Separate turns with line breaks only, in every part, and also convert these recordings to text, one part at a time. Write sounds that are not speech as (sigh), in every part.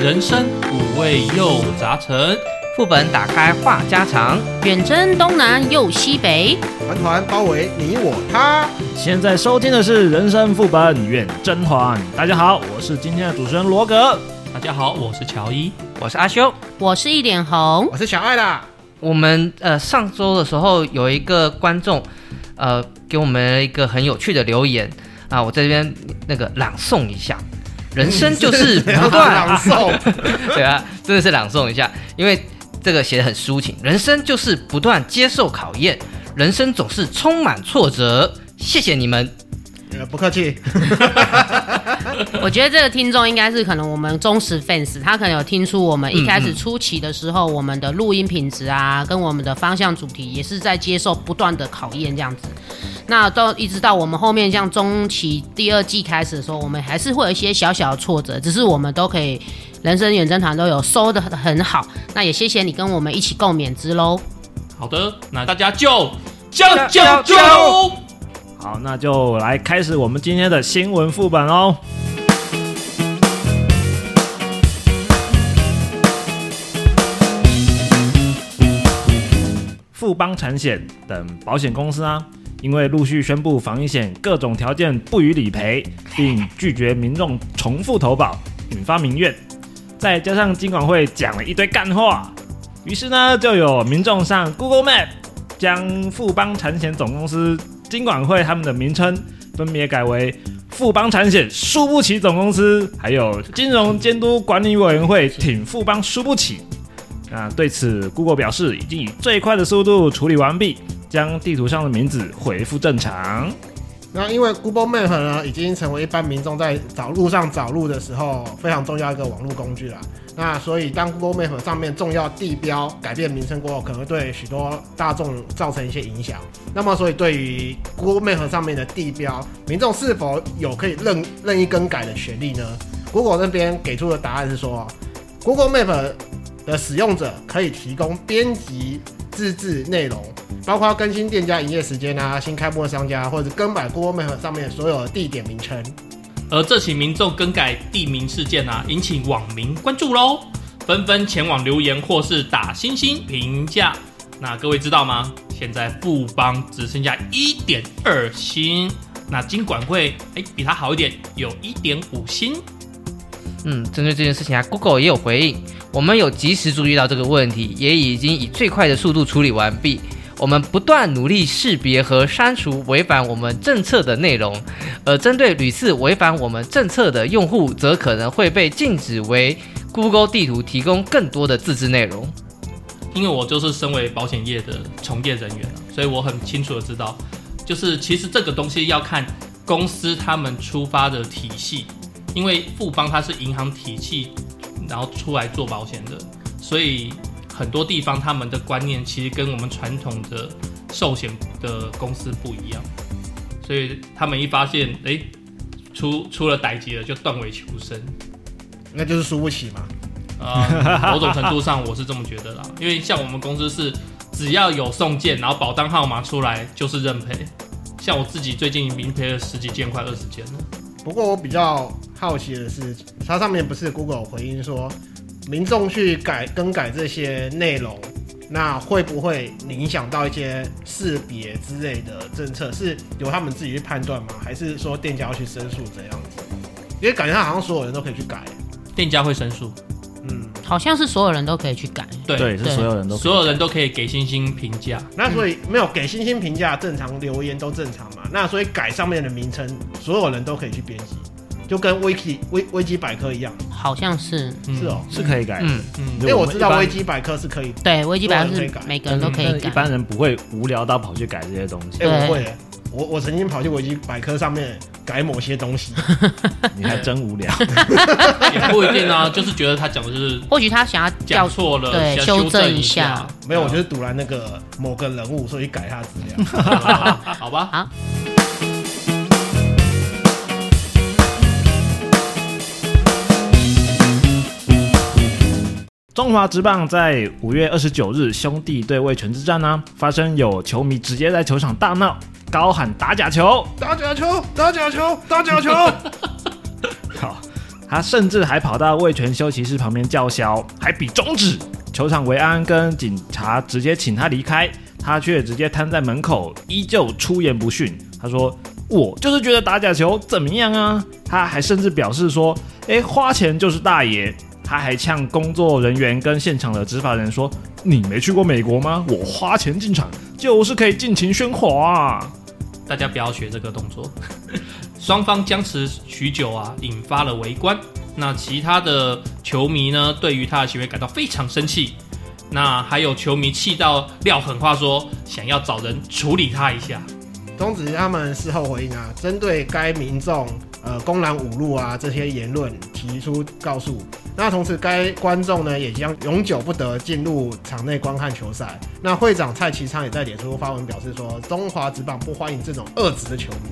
人生五味又杂陈。
副本打开话家常，
远征东南又西北，
团团包围你我他。
现在收听的是《人生副本远征团》，大家好，我是今天的主持人罗格。
大家好，我是乔伊。
我是阿修。
我是一脸红，
我是小爱啦，
我们呃上周的时候有一个观众，呃给我们一个很有趣的留言啊，我这边那个朗诵一下。人生就是 (laughs) 不
(laughs)
断
朗诵，
对啊， (laughs) 真的是朗诵一下，因为这个写的很抒情。人生就是不断接受考验，人生总是充满挫折。谢谢你们，
呃不客气，
我觉得这个听众应该是可能我们忠实 fans，他可能有听出我们一开始初期的时候，我们的录音品质啊，跟我们的方向主题也是在接受不断的考验这样子。那到一直到我们后面像中期第二季开始的时候，我们还是会有一些小小的挫折，只是我们都可以人生远征团都有收的很好。那也谢谢你跟我们一起共勉之喽。
好的，那大家就叫叫叫
叫叫！
好，那就来开始我们今天的新闻副本哦。富邦产险等保险公司啊，因为陆续宣布防疫险各种条件不予理赔，并拒绝民众重复投保，引发民怨。再加上金管会讲了一堆干话，于是呢，就有民众上 Google Map 将富邦产险总公司金管会他们的名称分别改为富邦产险输不起总公司，还有金融监督管理委员会挺富邦输不起。那对此，Google 表示已经以最快的速度处理完毕，将地图上的名字恢复正常。
那因为 Google Map 呢，已经成为一般民众在找路上找路的时候非常重要一个网络工具了。那所以，当 Google Map 上面重要地标改变名称过后，可能会对许多大众造成一些影响。那么，所以对于 Google Map 上面的地标，民众是否有可以任任意更改的权利呢？Google 那边给出的答案是说，Google Map 的使用者可以提供编辑自制内容，包括更新店家营业时间啊、新开幕的商家，或者更改 Google Map 上面所有的地点名称。
而这起民众更改地名事件啊，引起网民关注喽，纷纷前往留言或是打星星评价。那各位知道吗？现在富邦只剩下一点二星，那金管会哎、比它好一点，有一点五星。
嗯，针对这件事情啊，Google 也有回应，我们有及时注意到这个问题，也已经以最快的速度处理完毕。我们不断努力识别和删除违反我们政策的内容，而针对屡次违反我们政策的用户，则可能会被禁止为 Google 地图提供更多的自制内容。
因为我就是身为保险业的从业人员啊，所以我很清楚的知道，就是其实这个东西要看公司他们出发的体系，因为富邦它是银行体系，然后出来做保险的，所以很多地方他们的观念其实跟我们传统的寿险的公司不一样，所以他们一发现，哎，出出了歹疾了，就断尾求生。
那就是输不起嘛。
啊，某种程度上我是这么觉得啦，因为像我们公司是只要有送件，然后保单号码出来就是认赔。像我自己最近已经赔了十几件，快二十件了。
不过我比较好奇的是，它上面不是 Google 回应说，民众去改更改这些内容，那会不会影响到一些识别之类的政策？是由他们自己去判断吗？还是说店家要去申诉这样子？因为感觉他好像所有人都可以去改，
店家会申诉，
嗯，
好像是所有人都可以去改。
对，
是
对
所有人都可以
所有人都可以给星星评价。
那所以没有给星星评价，正常留言都正常嘛。那所以改上面的名称，所有人都可以去编辑，就跟 wiki 危危机百科一样，
好像是，
嗯
是哦。
是可以改的。
嗯，
因
嗯，
为我
们
知
一
道
般
危机百科是可以，
对，维基百科
所有人
是
可以改
每个人都可以
但是
改。
嗯一般人不会无聊到跑去改这些东西 (laughs)
哎、，
对
我会耶，我我曾经跑去维基百科上面改某些东西，
你还真无聊。
也不一定啊，就是觉得他讲的就是
或许他想要
讲
叫
错了，
对
想
修正
正
一
下
下。
没有，我就是读了那个某个人物，所以改他资料。
啊好吧。
好
中华职棒在五月二十九日兄弟对卫权之战呢、啊发生有球迷直接在球场大闹，高 (laughs) 喊打假球。
打假球，打假球，打假球！
好，他甚至还跑到魏全休息室旁边叫嚣，还比中指。球场维安跟警察直接请他离开，他却直接瘫在门口，依旧出言不逊。他说：“我就是觉得打假球怎么样啊？”他还甚至表示说：“诶，花钱就是大爷。”他还呛工作人员跟现场的执法人说：“你没去过美国吗？我花钱进场就是可以尽情喧哗、啊。
大家不要学这个动作。 (laughs) 双方僵持许久啊，引发了围观。那其他的球迷呢，对于他的行为感到非常生气。那还有球迷气到撂狠话说，想要找人处理他一下。
终止他们事后回应啊，针对该民众呃公然侮辱啊这些言论提出告诉。那同时，该观众呢也将永久不得进入场内观看球赛。那会长蔡其昌也在脸书发文表示说，中华职棒不欢迎这种恶质的球迷。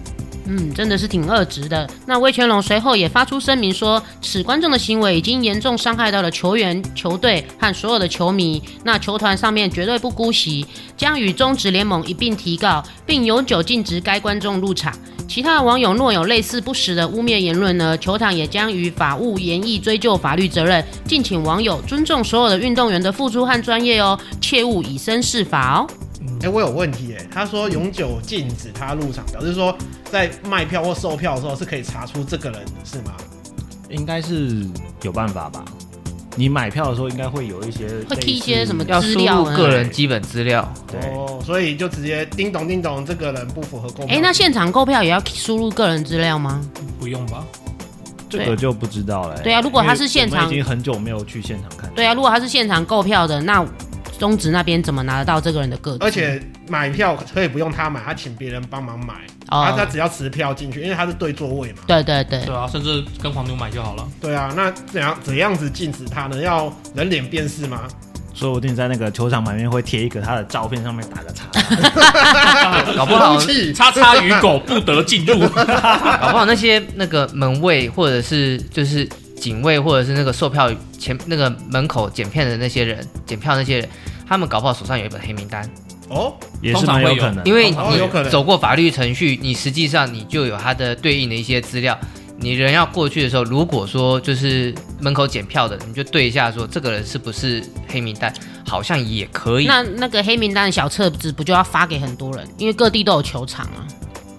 嗯，真的是挺恶直的。那魏全龙随后也发出声明说，此观众的行为已经严重伤害到了球员、球队和所有的球迷。那球团上面绝对不姑息，将与中职联盟一并提告，并永久禁止该观众入场。其他的网友若有类似不实的污蔑言论呢，球场也将于法务严议追究法律责任。敬请网友尊重所有的运动员的付出和专业哦，切勿以身试法哦。
哎、我有问题哎、他说永久禁止他入场，表示说在卖票或售票的时候是可以查出这个人是吗？”
应该是有办法吧？你买票的时候应该会有一些
会踢一些什么
要输
资料
入
啊
个人基本资料，
对
哦，所以就直接叮咚叮咚，这个人不符合购买。
哎、那现场购票也要输入个人资料吗？
不用吧？
这个就不知道了、欸
对啊如果他是现场
因为我们已经很久没有去现场看。
对啊，如果他是现场购票的，那中职那边怎么拿得到这个人的个资？
而且买票可以不用他买，他请别人帮忙买，他他
哦，
只要持票进去，因为他是对座位嘛。
对对对
对，啊，甚至跟黄牛买就好了。
对啊，那怎样怎样子禁止他呢？要人脸辨识吗？
说不定在那个球场旁边会贴一个他的照片，上面打个叉。
搞不好
空气
叉叉与狗不得进入。
搞不好那些那个门卫或者是就是警卫或者是那个售票前那个门口检票的那些人，检票那些人，他们搞不好手上有一本黑名单，
哦，
也是蛮有可能。
因为
哦有
可
你
能
走过法律程序，你实际上你就有它的对应的一些资料。你人要过去的时候，如果说就是门口检票的，你就对一下说这个人是不是黑名单，好像也可以。
那那个黑名单的小册子不就要发给很多人？因为各地都有球场啊。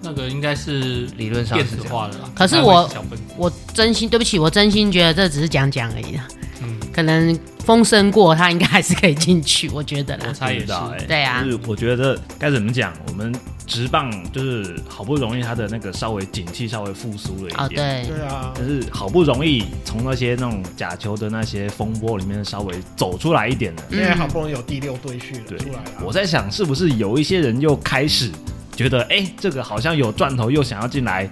那个应该是
理论上
电
是
子
这样，
化的啦。
可是我
他会小分子
我真心对不起，我真心觉得这只是讲讲而已啦。
嗯，
可能风声过，他应该还是可以进去，我觉得
我
啦。
猜也
知
是。
道哎、
对啊
就是我觉得该怎么讲，我们直棒就是好不容易他的那个稍微景气稍微复苏了
哦，
一点，
对，
对啊，
但是好不容易从那些那种假球的那些风波里面稍微走出来一点了。
现在好不容易有第六队去了
对
出来，了
我。在想是不是有一些人又开始觉得，哎、这个好像有赚头，又想要进来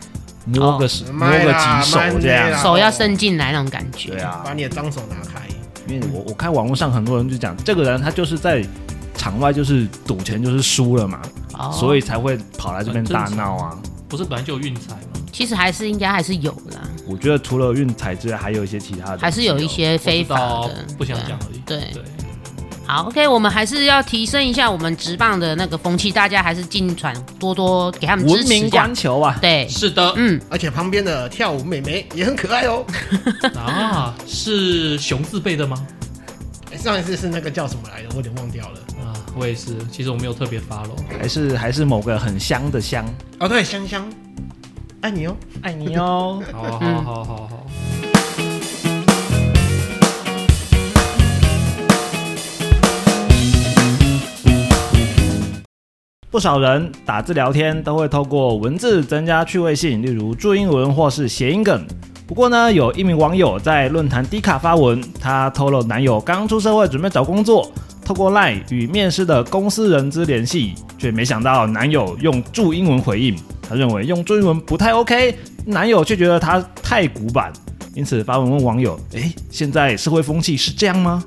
摸个、
哦
摸个
卖啦
几手这
卖
样
啦。
手要伸进来那种感觉。
对啊，
把你的脏手拿开，
因为我我看网络上很多人就讲，这个人他就是在场外就是赌钱就是输了嘛，
哦，
所以才会跑来这边大闹啊。
不是本来就有运彩吗？
其实还是应该还是有啦，
我觉得除了运彩之外，还有一些其他的东西哦，
还是有一些
我
非
知道
法的。
不想
对啊
讲而已。
对
对，
好，OK，我们还是要提升一下我们职棒的那个风气，大家还是尽传多多给他们支
文
持
明
这样
观。球啊。
对，
是的
嗯，
而且旁边的跳舞妹妹也很可爱哦。
啊，是熊字辈的吗？
哎上一次是那个叫什么来着？我有点忘掉了。
啊，我也是。其实我没有特别 follow。
还是还是某个很香的香，
哦，对，香香，爱你哦。
爱你哦。
好好
嗯
好啊好好。
不少人打字聊天都会透过文字增加趣味性，例如注英文或是谐音梗。不过呢，有一名网友在论坛低卡发文，她透露男友刚出社会准备找工作，透过 LINE 与面试的公司人资联系，却没想到男友用注英文回应。她认为用注英文不太 OK，男友却觉得她太古板，因此发文问网友：“诶，现在社会风气是这样吗？”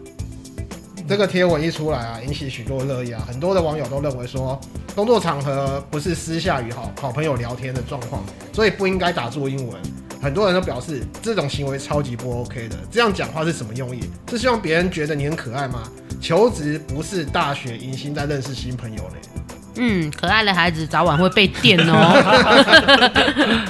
这个贴文一出来啊，引起许多热议啊。很多的网友都认为说，工作场合不是私下与好好朋友聊天的状况，所以不应该打注英文。很多人都表示这种行为超级不 OK 的，这样讲话是什么用意？是希望别人觉得你很可爱吗？求职不是大学迎新在认识新朋友嘞。
嗯，可爱的孩子早晚会被电哦。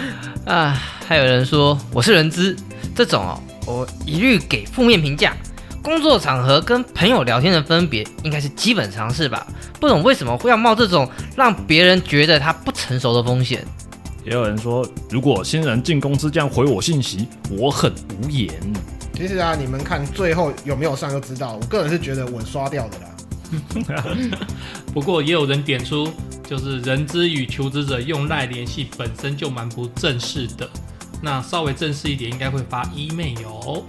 啊，还有人说我是人资，这种哦，我一律给负面评价。工作场合跟朋友聊天的分别应该是基本常识吧？不懂为什么会要冒这种让别人觉得他不成熟的风险。
也有人说，如果新人进公司这样回我信息，我很无言。
其实啊，你们看最后有没有上就知道。我个人是觉得我刷掉的啦。
不过也有人点出，就是人资与求职者用赖联系本身就蛮不正式的，那稍微正式一点应该会发 email 哦。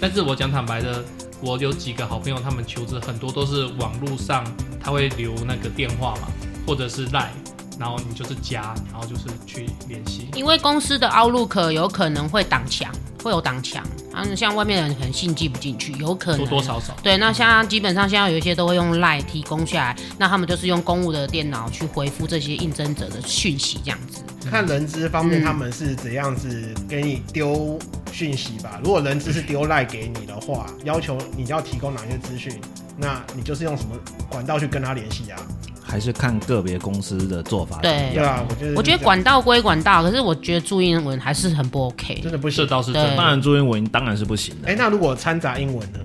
但是我讲坦白的，我有几个好朋友，他们求职很多都是网络上他会留那个电话嘛，或者是赖，然后你就是加，然后就是去联系。
因为公司的 Outlook 有可能会挡墙，会有挡墙，啊，像外面的人很信寄不进去，有可能
多多少少
对，那现在基本上现在有一些都会用 Line 提供下来，那他们就是用公务的电脑去回复这些应征者的讯息，这样子。
看人资方面
嗯
他们是怎样子给你丢讯息吧。如果人资是丢赖给你的话，要求你要提供哪些资讯，那你就是用什么管道去跟他联系啊？
还是看个别公司的做法。
对
对啊，我觉得
我觉得
是这样
管道归管道，可是我觉得注英文还是很不 OK
真。的不
这
行。
倒是真的
对
当然朱英文当然是不行的。
哎、那如果掺杂英文呢？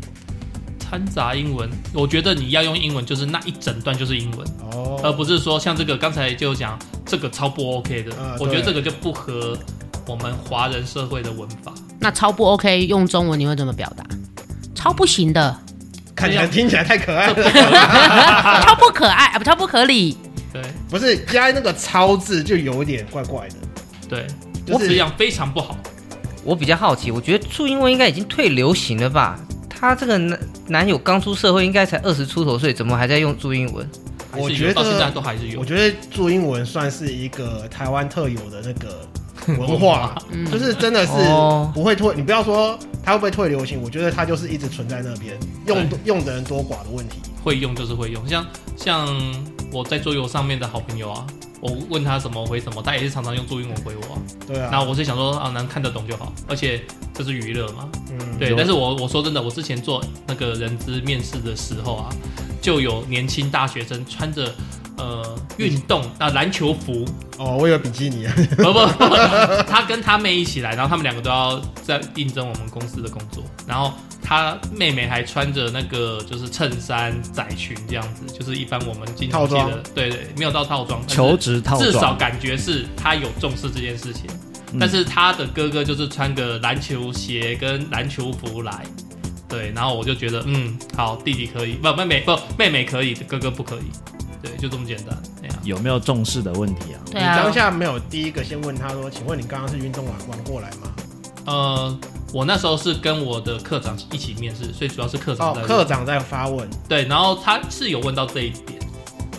掺杂英文，我觉得你要用英文，就是那一整段就是英文。
哦，
呃而不是说像这个刚才就有讲这个超不 OK 的，
啊
我觉得
对
这个就不合我们华人社会的文法。
那超不 OK 用中文你会怎么表达？超不行
(laughs)
的，
看起来听起来太可爱了。 (laughs)
超不可爱啊，不超不可理。
对
不是加那个“超”字就有点怪怪的。
对，
就是
我这样非常不好。
我比较好奇，我觉得注英文应该已经退流行了吧？他这个男男友刚出社会，应该才二十出头岁，怎么还在用注英文？
还是
我
有
觉得
到现在都还是有
我。觉得注英文算是一个台湾特有的那个
(laughs)
文化，
嗯
就是真的是
哦
不会退。你不要说它会不会退流行，我觉得它就是一直存在那边，用用的人多寡的问题。
会用就是会用，像像我在桌游上面的好朋友啊，我问他什么回什么，他也是常常用注英文回我啊、
对
然
啊，
后我是想说啊，能看得懂就好，而且这是娱乐嘛，
嗯，
对，
有
但是我我说真的，我之前做那个人资面试的时候啊，就有年轻大学生穿着呃运动啊篮球服，
哦，我有比基尼，
不不不， (laughs) 他跟他妹一起来，然后他们两个都要在应征我们公司的工作，然后他妹妹还穿着那个就是衬衫窄裙这样子，就是一般我们经常
套
记得
装，
对对，没有到套装，但是
求职套
至少
装，
感觉是他有重视这件事情。
嗯
但是他的哥哥就是穿个篮球鞋跟篮球服来，对，然后我就觉得，嗯，好，弟弟可以，不，妹妹不，妹妹可以，哥哥不可以，对，就这么简单，哎呀、
有没有重视的问题啊？ (laughs)
对
你
啊
当，下没有第一个先问他说：“请问你刚刚是运动玩玩过来吗
呃，我那时候是跟我的课长一起面试，所以主要是课？”长
哦
在，问、
科长在发问，
对，然后他是有问到这一点，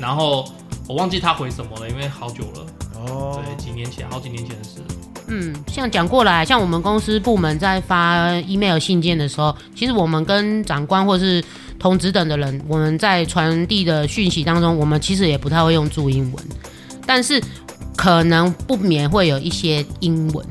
然后我忘记他回什么了，因为好久了，
哦，
对，几年前，好几年前的事了，
嗯，像讲过来，像我们公司部门在发 email 信件的时候，其实我们跟长官或是同职等的人，我们在传递的讯息当中，我们其实也不太会用注英文，但是可能不免会有一些英文，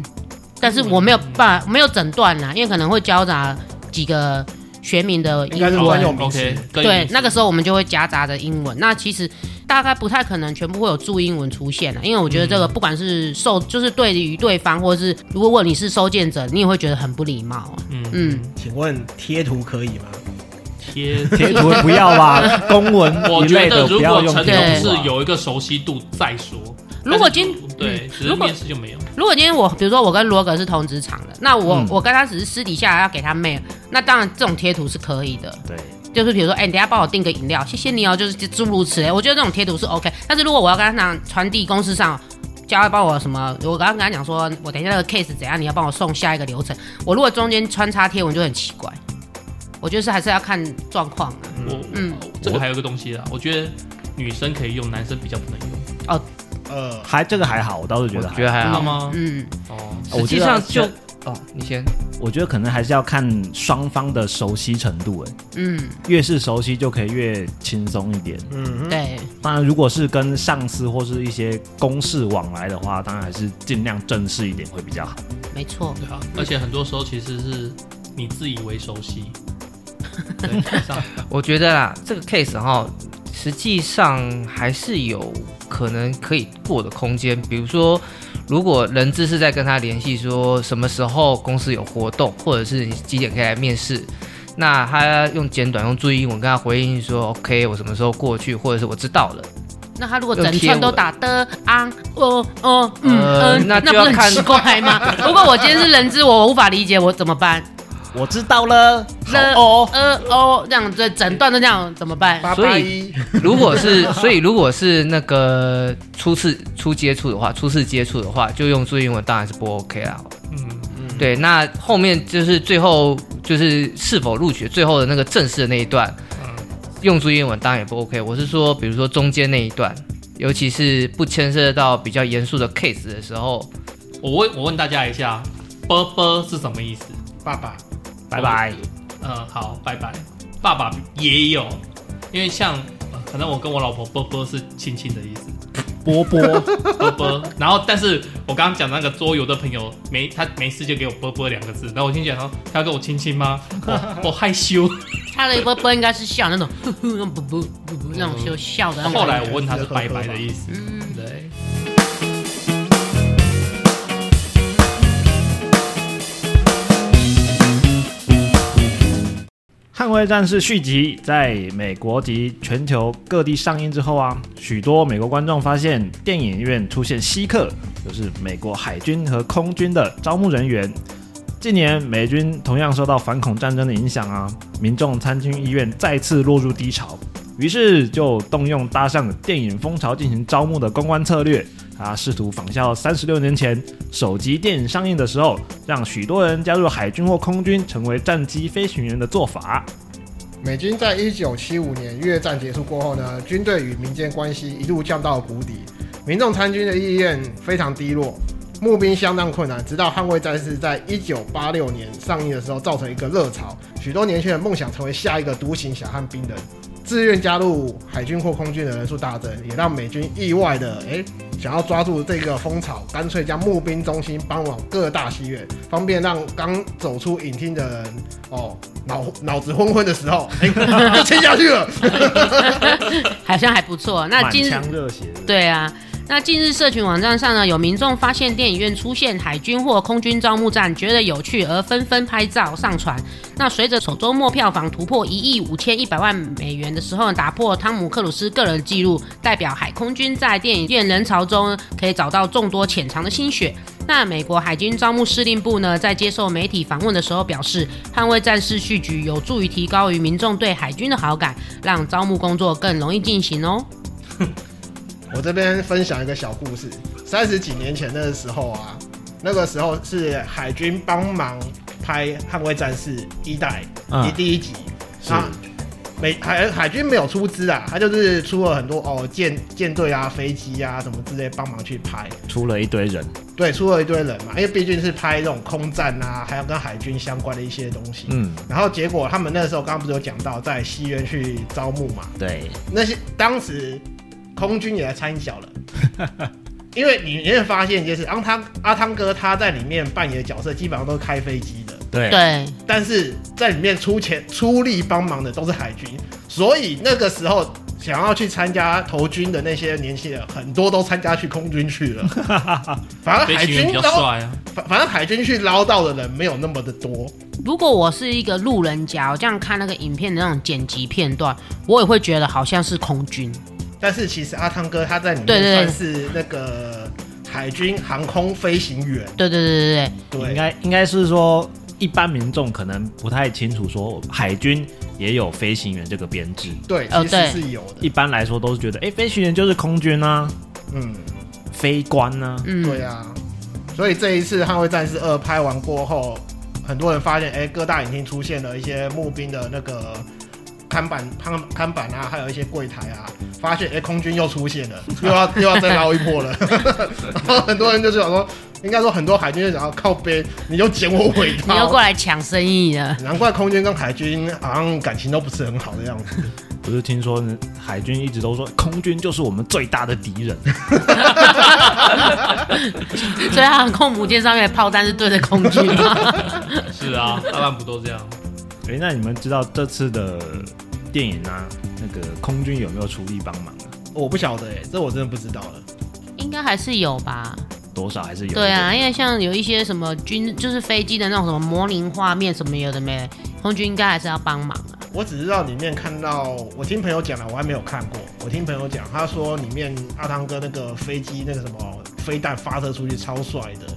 但是我没有办法，没有诊断啊啦，因为可能会交杂几个学名的
应
英
该是
文
专，有名词
OK，。跟
对
你，
那个时候我们就会夹杂着英文。那其实大概不太可能全部会有注英文出现了，啊因为我觉得这个不管是受，就是对于对方，或者是如果你是收件者，你也会觉得很不礼貌啊。
嗯
嗯，
请问贴图可以吗？
贴
贴图不
(laughs)
要吧，公文
我
一
觉
类
得
的
如果
不要用
成
贴
功
图吧
是有一个熟悉度再说，
如
但
果
是
今嗯
对，只是
如果
面试就没有，
如果今天我，比如说我跟罗格是同职场的，那我、
嗯
我跟他只是私底下要给他 mail，那当然这种贴图是可以的。
对，
就是比如说，哎、你等一下帮我订个饮料，谢谢你哦，就是诸如此类。我觉得这种贴图是 OK，但是如果我要跟他讲传递公司上。叫他帮我什么？我刚刚跟他讲说，我等一下那个 case 怎样，你要帮我送下一个流程。我如果中间穿插贴文就很奇怪，我觉得是还是要看状况啊。
我
嗯
我这个还有一个东西啦，我觉得女生可以用，男生比较不能用，
呃，
还这个还好，我倒是觉
我
得还
觉得还
知道
好，
吗？
嗯，
哦，
我
实
觉
际
得
上就是哦，你先，
我觉得可能还是要看双方的熟悉程度，哎，
嗯，
越是熟悉就可以越轻松一点。
嗯哼，
对，
当然，如果是跟上司或是一些公事往来的话，当然还是尽量正式一点会比较好。
没错。
对啊，而且很多时候其实是你自以为熟
(laughs)
悉，对，上
我觉得啦，这个 case 哈，实际上还是有可能可以过的空间。比如说，如果人资是在跟他联系说什么时候公司有活动，或者是你几点可以来面试，那他用简短用注意英文跟他回应说 OK，我什么时候过去，或者是我知道了。
那他如果整串都打的昂哦哦嗯
呃
嗯，
那
那
就
不
要
是很
看
奇怪
(laughs)
吗？如果我今天是人资，我无法理解，我怎么办？
我知道了，
了
哦，
呃哦，这样这整段都这样怎么办？
八
所以
八一，
如果是，所以如果是那个初次初接触的话，初次接触的话，就用注意英文当然是不 OK 啦。
嗯，
对，那后面就是最后就是是否录取最后的那个正式的那一段，
嗯
用注意英文当然也不 OK。我是说，比如说中间那一段，尤其是不牵涉到比较严肃的 case 的时候，
我问我问大家一下，啵啵是什么意思？
爸爸，
拜拜。
嗯，好，拜拜。爸爸也有，因为像呃可能我跟我老婆啵啵是亲亲的意思，
波波，
啵啵。然后，但是我刚刚讲那个桌游的朋友没他没事就给我啵啵两个字，然后我心想说他要跟我亲亲吗？我我害羞。
他的波波应该是笑那种， (laughs) 呵呵那种不不不不那种就笑的那种感觉。嗯
后来我问他是拜拜的意
(laughs)
思，对。
《捍卫战士》续集在美国及全球各地上映之后啊，许多美国观众发现电影院出现稀客，就是美国海军和空军的招募人员。近年美军同样受到反恐战争的影响啊，民众参军意愿再次落入低潮，于是就动用搭上电影风潮进行招募的公关策略啊，试图仿效三十六年前手机电影上映的时候，让许多人加入海军或空军成为战机飞行员的做法。
美军在一九七五年越战结束过后呢，军队与民间关系一路降到谷底，民众参军的意愿非常低落，募兵相当困难。直到《捍卫战士》在一九八六年上映的时候，造成一个热潮，许多年轻人梦想成为下一个独行侠和兵人，自愿加入海军或空军的人数大增，也让美军意外的诶想要抓住这个风潮，干脆将募兵中心搬往各大戏院，方便让刚走出影厅的人哦脑脑子昏昏的时候，哎、 (laughs) 就签下去了。
好像还不错。那
满
今
腔热血的
对啊，那近日社群网站上呢，有民众发现电影院出现海军或空军招募战，觉得有趣而纷纷拍照上传。那随着首周末票房突破一亿五千一百万美元的时候，打破汤姆克鲁斯个人纪录，代表海空军在电影院人潮中可以找到众多潜藏的心血。那美国海军招募司令部呢，在接受媒体访问的时候表示，《捍卫战士》续局有助于提高于民众对海军的好感，让招募工作更容易进行哦。
我这边分享一个小故事。三十几年前那个时候啊，那个时候是海军帮忙拍《捍卫战士》一代
嗯
第第一集、
是
啊。美海海军没有出资啊，他就是出了很多哦舰舰队啊、飞机啊什么之类帮忙去拍。
出了一堆人，
对，出了一堆人嘛，因为毕竟是拍这种空战啊，还有跟海军相关的一些东西。
嗯，
然后结果他们那时候刚刚不是有讲到在西园去招募嘛，
对，
那些当时空军也来参小了，因为你你会发现就是阿汤阿汤哥他在里面扮演的角色基本上都是开飞机的，
对，
对，
但是在里面出钱出力帮忙的都是海军，所以那个时候想要去参加投军的那些年轻人，很多都参加去空军去
(laughs)
了。反正
飞
海
行员
军
比较
捞，
帅啊，
反反正海军去捞到的人没有那么的多。
如果我是一个路人甲，我这样看那个影片的那种剪辑片段，我也会觉得好像是空军。
但是其实阿汤哥他在里
对
面
对对
算是那个海军航空飞行员，
对对对对
应
对
该应该是说一般民众可能不太清楚，说海军也有飞行员这个编制。
对，
哦
其
对
实是有的。
一般来说都是觉得，哎、飞行员就是空军啊，
嗯，
飞官啊，
对，嗯，
对啊。所以这一次《捍卫战士二》拍完过后，很多人发现，哎、各大影厅出现了一些募兵的那个看板、看看板啊，还有一些柜台啊，发现，哎、空军又出现了，又要又要再捞一波了。 (laughs) 然后很多人就是想说，应该说很多海军就想要靠边，你就剪我尾
(laughs) 你又过
刀。
来抢生意 (laughs) 了。
难怪空军跟海军好像感情都不是很好的样子。
不是听说海军一直都说空军就是我们最大的敌人， (laughs)
所以他航空母舰上面的炮弹是对着空
(laughs)
军吗？
是啊，当然不都这样。
哎、那你们知道这次的电影啊，那个空军有没有出力帮忙啊？
我不晓得、哎，这我真的不知道了。
应该还是有吧。
多少还是有一点
对啊，因为像有一些什么军，就是飞机的那种什么模拟画面什么有的没的，空军应该还是要帮忙啊。
(laughs) 我只知道里面看到，我听朋友讲了，我还没有看过。我听朋友讲，他说里面阿汤哥那个飞机那个什么飞弹发射出去超帅的，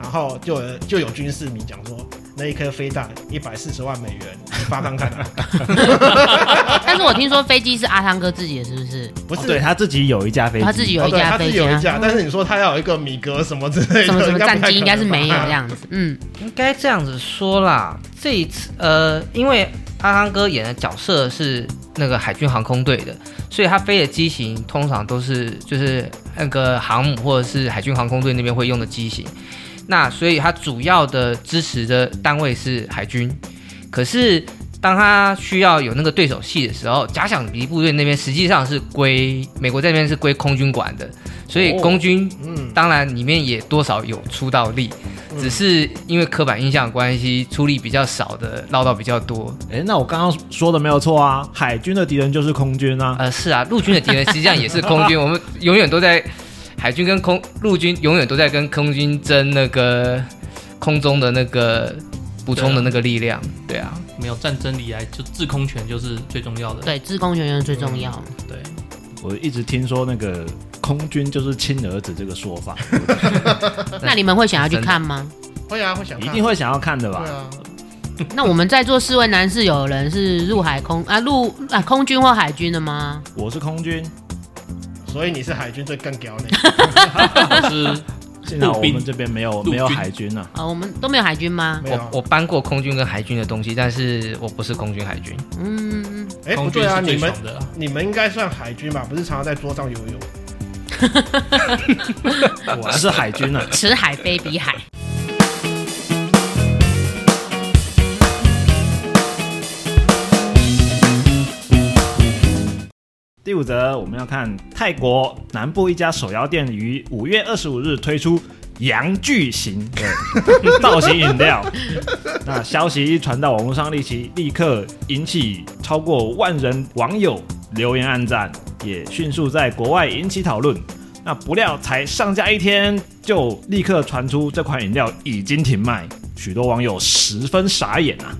然后就有就有军事迷讲说，那一颗飞弹一百四十万美元，你发看看、啊，
但是我听说飞机是阿汤哥自己的，是不是？
不
(laughs) 哦
是
对他自己有一架飞机，
他自己有
哦
一
对
架
他自
飞
己
机
有
啊
一，架，但是你说他要有一个米格什么之类的，
什么什么
应该不太
战机应该是没有
可能吧
这样子。嗯，
应该这样子说啦，这一次呃，因为阿汤哥演的角色是那个海军航空队的，所以他飞的机型通常都是就是那个航母或者是海军航空队那边会用的机型。那所以他主要的支持的单位是海军，可是当他需要有那个对手戏的时候，假想敌部队那边实际上是归美国这边是归空军管的，所以
哦
空军
嗯，
当然里面也多少有出到力，
嗯
只是因为刻板印象的关系，出力比较少的绕到比较多。
哎，那我刚刚说的没有错啊，海军的敌人就是空军
嗯
啊。
呃，是啊，陆军的敌人实际上也是空
(laughs)
军，我们永远都在海军跟空陆军永远都在跟空军争那个空中的那个补充的那个力量。对啊，
没有战争以来，就制空权就是最重要的。
对，自贡学员最重要。
对，
我一直听说那个空军就是亲儿子这个
(laughs)
说法，
(laughs) 那你们会想要去看吗？
会啊，会想
一
看，
定会想要看的吧？
对啊，
那我们在座四位男士有人是入海空 (laughs) 啊入啊空军或海军的吗？
我是空军，
所以你是海军最更屌的，
我是
幸好我
陆
们
兵
这边没有
军
没有海军啊。
啊，我们都没有海军吗？
没有
我
啊。
我搬过空军跟海军的东西，但是我不是空军海军。
嗯，。
哎，不
空军
对啊，
是
你
最
们
爽的啦。
你们应该算海军吧？不是常常在桌上游泳？
我还是海军啊
此海非彼海。
第五则我们要看泰国南部一家手摇店于五月二十五日推出羊巨型的造型饮料。那消息一传到网络上，立即立刻引起超过万人网友留言暗赞，也迅速在国外引起讨论。那不料才上架一天，就立刻传出这款饮料已经停卖，许多网友十分傻眼啊！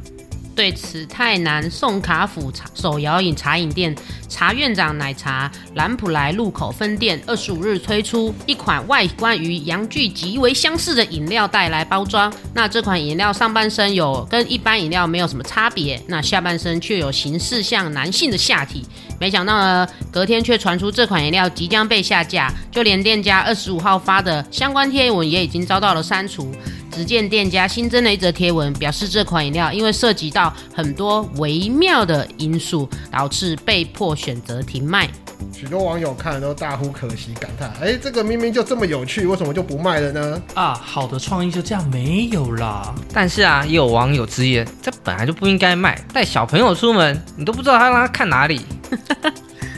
对此，泰南宋卡府茶手摇饮茶饮店茶院长奶茶兰普莱路口分店二十五日推出一款外观与洋具极为相似的饮料袋来包装。那这款饮料上半身有跟一般饮料没有什么差别，那下半身却有形似像男性的下体。没想到呢，隔天却传出这款饮料即将被下架，就连店家二十五号发的相关贴文也已经遭到了删除。只见店家新增了一则贴文，表示这款饮料因为涉及到很多微妙的因素，导致被迫选择停卖。
许多网友看了都大呼可惜，感叹：“哎，这个明明就这么有趣，为什么就不卖了呢
啊，好的创意就这样没有啦。
但是啊，也有网友直言，这本来就不应该卖，带小朋友出门，你都不知道他让他看哪里。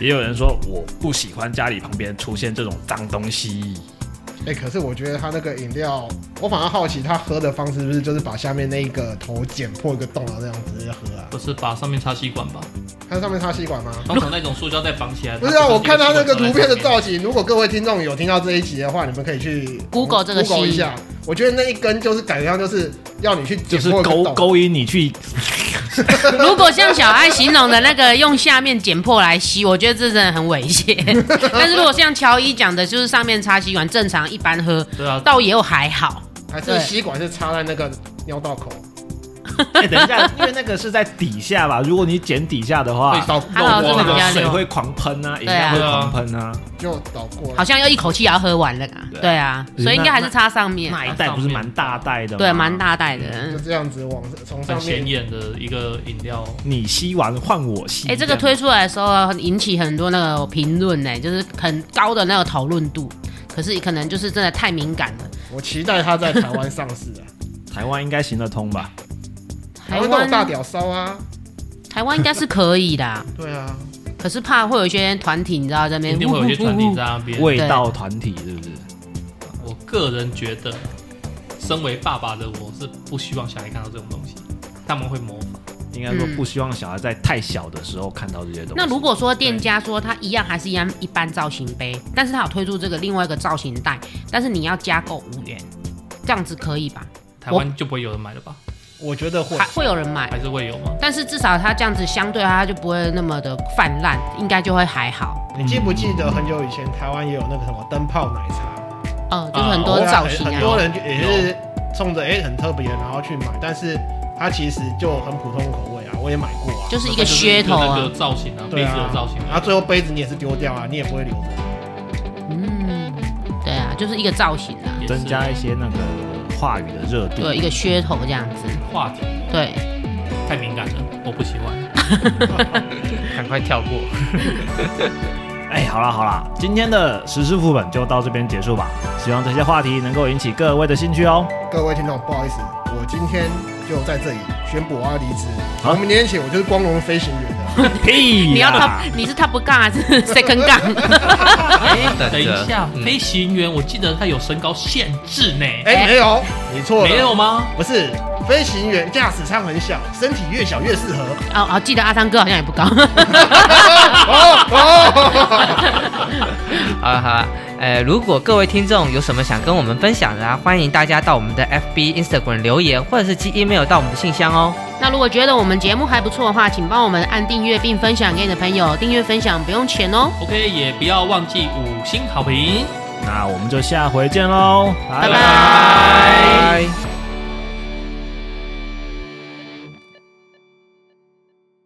也有人说我不喜欢家里旁边出现这种脏东西。？”
哎，可是我觉得他那个饮料，我反而好奇他喝的方式是不是就是把下面那一个头剪破一个洞，然后这样直接喝啊？
不是把上面插吸管吧？
他上面插吸管吗？
通常那种塑胶袋绑起来。
不是啊，我看他那个图片的
照。
造型，如果各位听众有听到这一集的话，你们可以去
Google 这个
Google 一
系
下。我觉得那一根就是感觉上就是要你去
就
剪
是
破一个
勾
洞
勾引你去，
如果像小爱形容的那个用下面剪破来吸，我觉得这真的很猥亵。但是如果像乔伊讲的，就是上面插吸管正常一般喝，
对啊，
倒也有还好。
还是
对
吸管是插在那个尿道口？
(laughs) 哎，等一下，因为那个是在底下吧？如果你剪底下的话
会，烧
还好
漏
这
那
光
个比
个
啊。
较
水
溜
会狂喷啊，饮
对
料
啊
会狂喷啊。
就倒过
好
了。
像要一口气也要喝完了啊。对啊，
嗯
所以应该还是插上面，
那一袋不是蛮大袋的吗？
对，啊蛮。大袋的。
就
嗯
这样子往从
很
上面
显眼的一个饮料，
你吸完换我吸。
哎、这个推出来的时候啊引起很多那个评论呢，就是很高的那个讨论度。可是可能就是真的太敏感了。
我期待它在台湾上市啊！
台湾应该行得通吧？
(laughs)
台
台
湾都有大
湾
屌烧啊！
台湾应该是可以的啊，
对啊，
可是怕会有一些团体，你知道在那边
一定会有一些传递在。那边。
味道团体是不是？
我个人觉得，身为爸爸的我是不希望小孩看到这种东西，他们会模仿。
应应该说
嗯
不希望小孩在太小的时候看到这些东西。
那如果说店家说它一样还是一样一般造型杯，但是它有推出这个另外一个造型袋，但是你要加购五元，这样子可以吧？
台湾就不会有人买了吧？
我觉得会
还会有人买，
还是会有吗？
但是至少它这样子相对它就不会那么的泛滥，应该就会还好。
你记不记得很久以前台湾也有那个什么灯泡奶茶？
嗯，就是很多
啊
对啊
造
很
型
很
啊
多。人就也是冲着哎、很特别，然后去买，但是它其实就很普通口味啊，我也买过啊。
就是一个噱头
那
啊
个，造型啊，
对
杯子
啊
的造型
然后
啊，
最后杯子你也是丢掉啊，你也不会留着。
嗯，对啊，就是一个造型啊，
也是
增加一些那个话语的热度，
对，一个噱头这样子，
话题，
对，
太敏感了，我不喜欢。
赶快跳过。
哎，好啦好啦，今天的实时副本就到这边结束吧。希望这些话题能够引起各位的兴趣哦。
各位听众，不好意思，我今天就在这里宣布我要离职。
啊
我明天起我就是光荣飞行员 (laughs) 的。
屁啦！
你要啊 top，你是 top 杠还是 second 杠？ (laughs)
哎
(laughs)
等一下，
嗯
飞行员，我记得他有身高限制呢，
哎、没有，你错了，
没有，吗？
不是飞行员驾驶舱很小，身体越小越适合。
哦哦，记得阿汤哥好像也不高。 (laughs)
好了好了，呃，如果各位听众有什么想跟我们分享的啊，欢迎大家到我们的 FB、Instagram 留言，或者是寄 email 到我们的信箱哦。
那如果觉得我们节目还不错的话，请帮我们按订阅并分享给你的朋友，订阅分享不用钱哦。
OK，也不要忘记五星好评。
那我们就下回见喽，拜
拜拜
拜。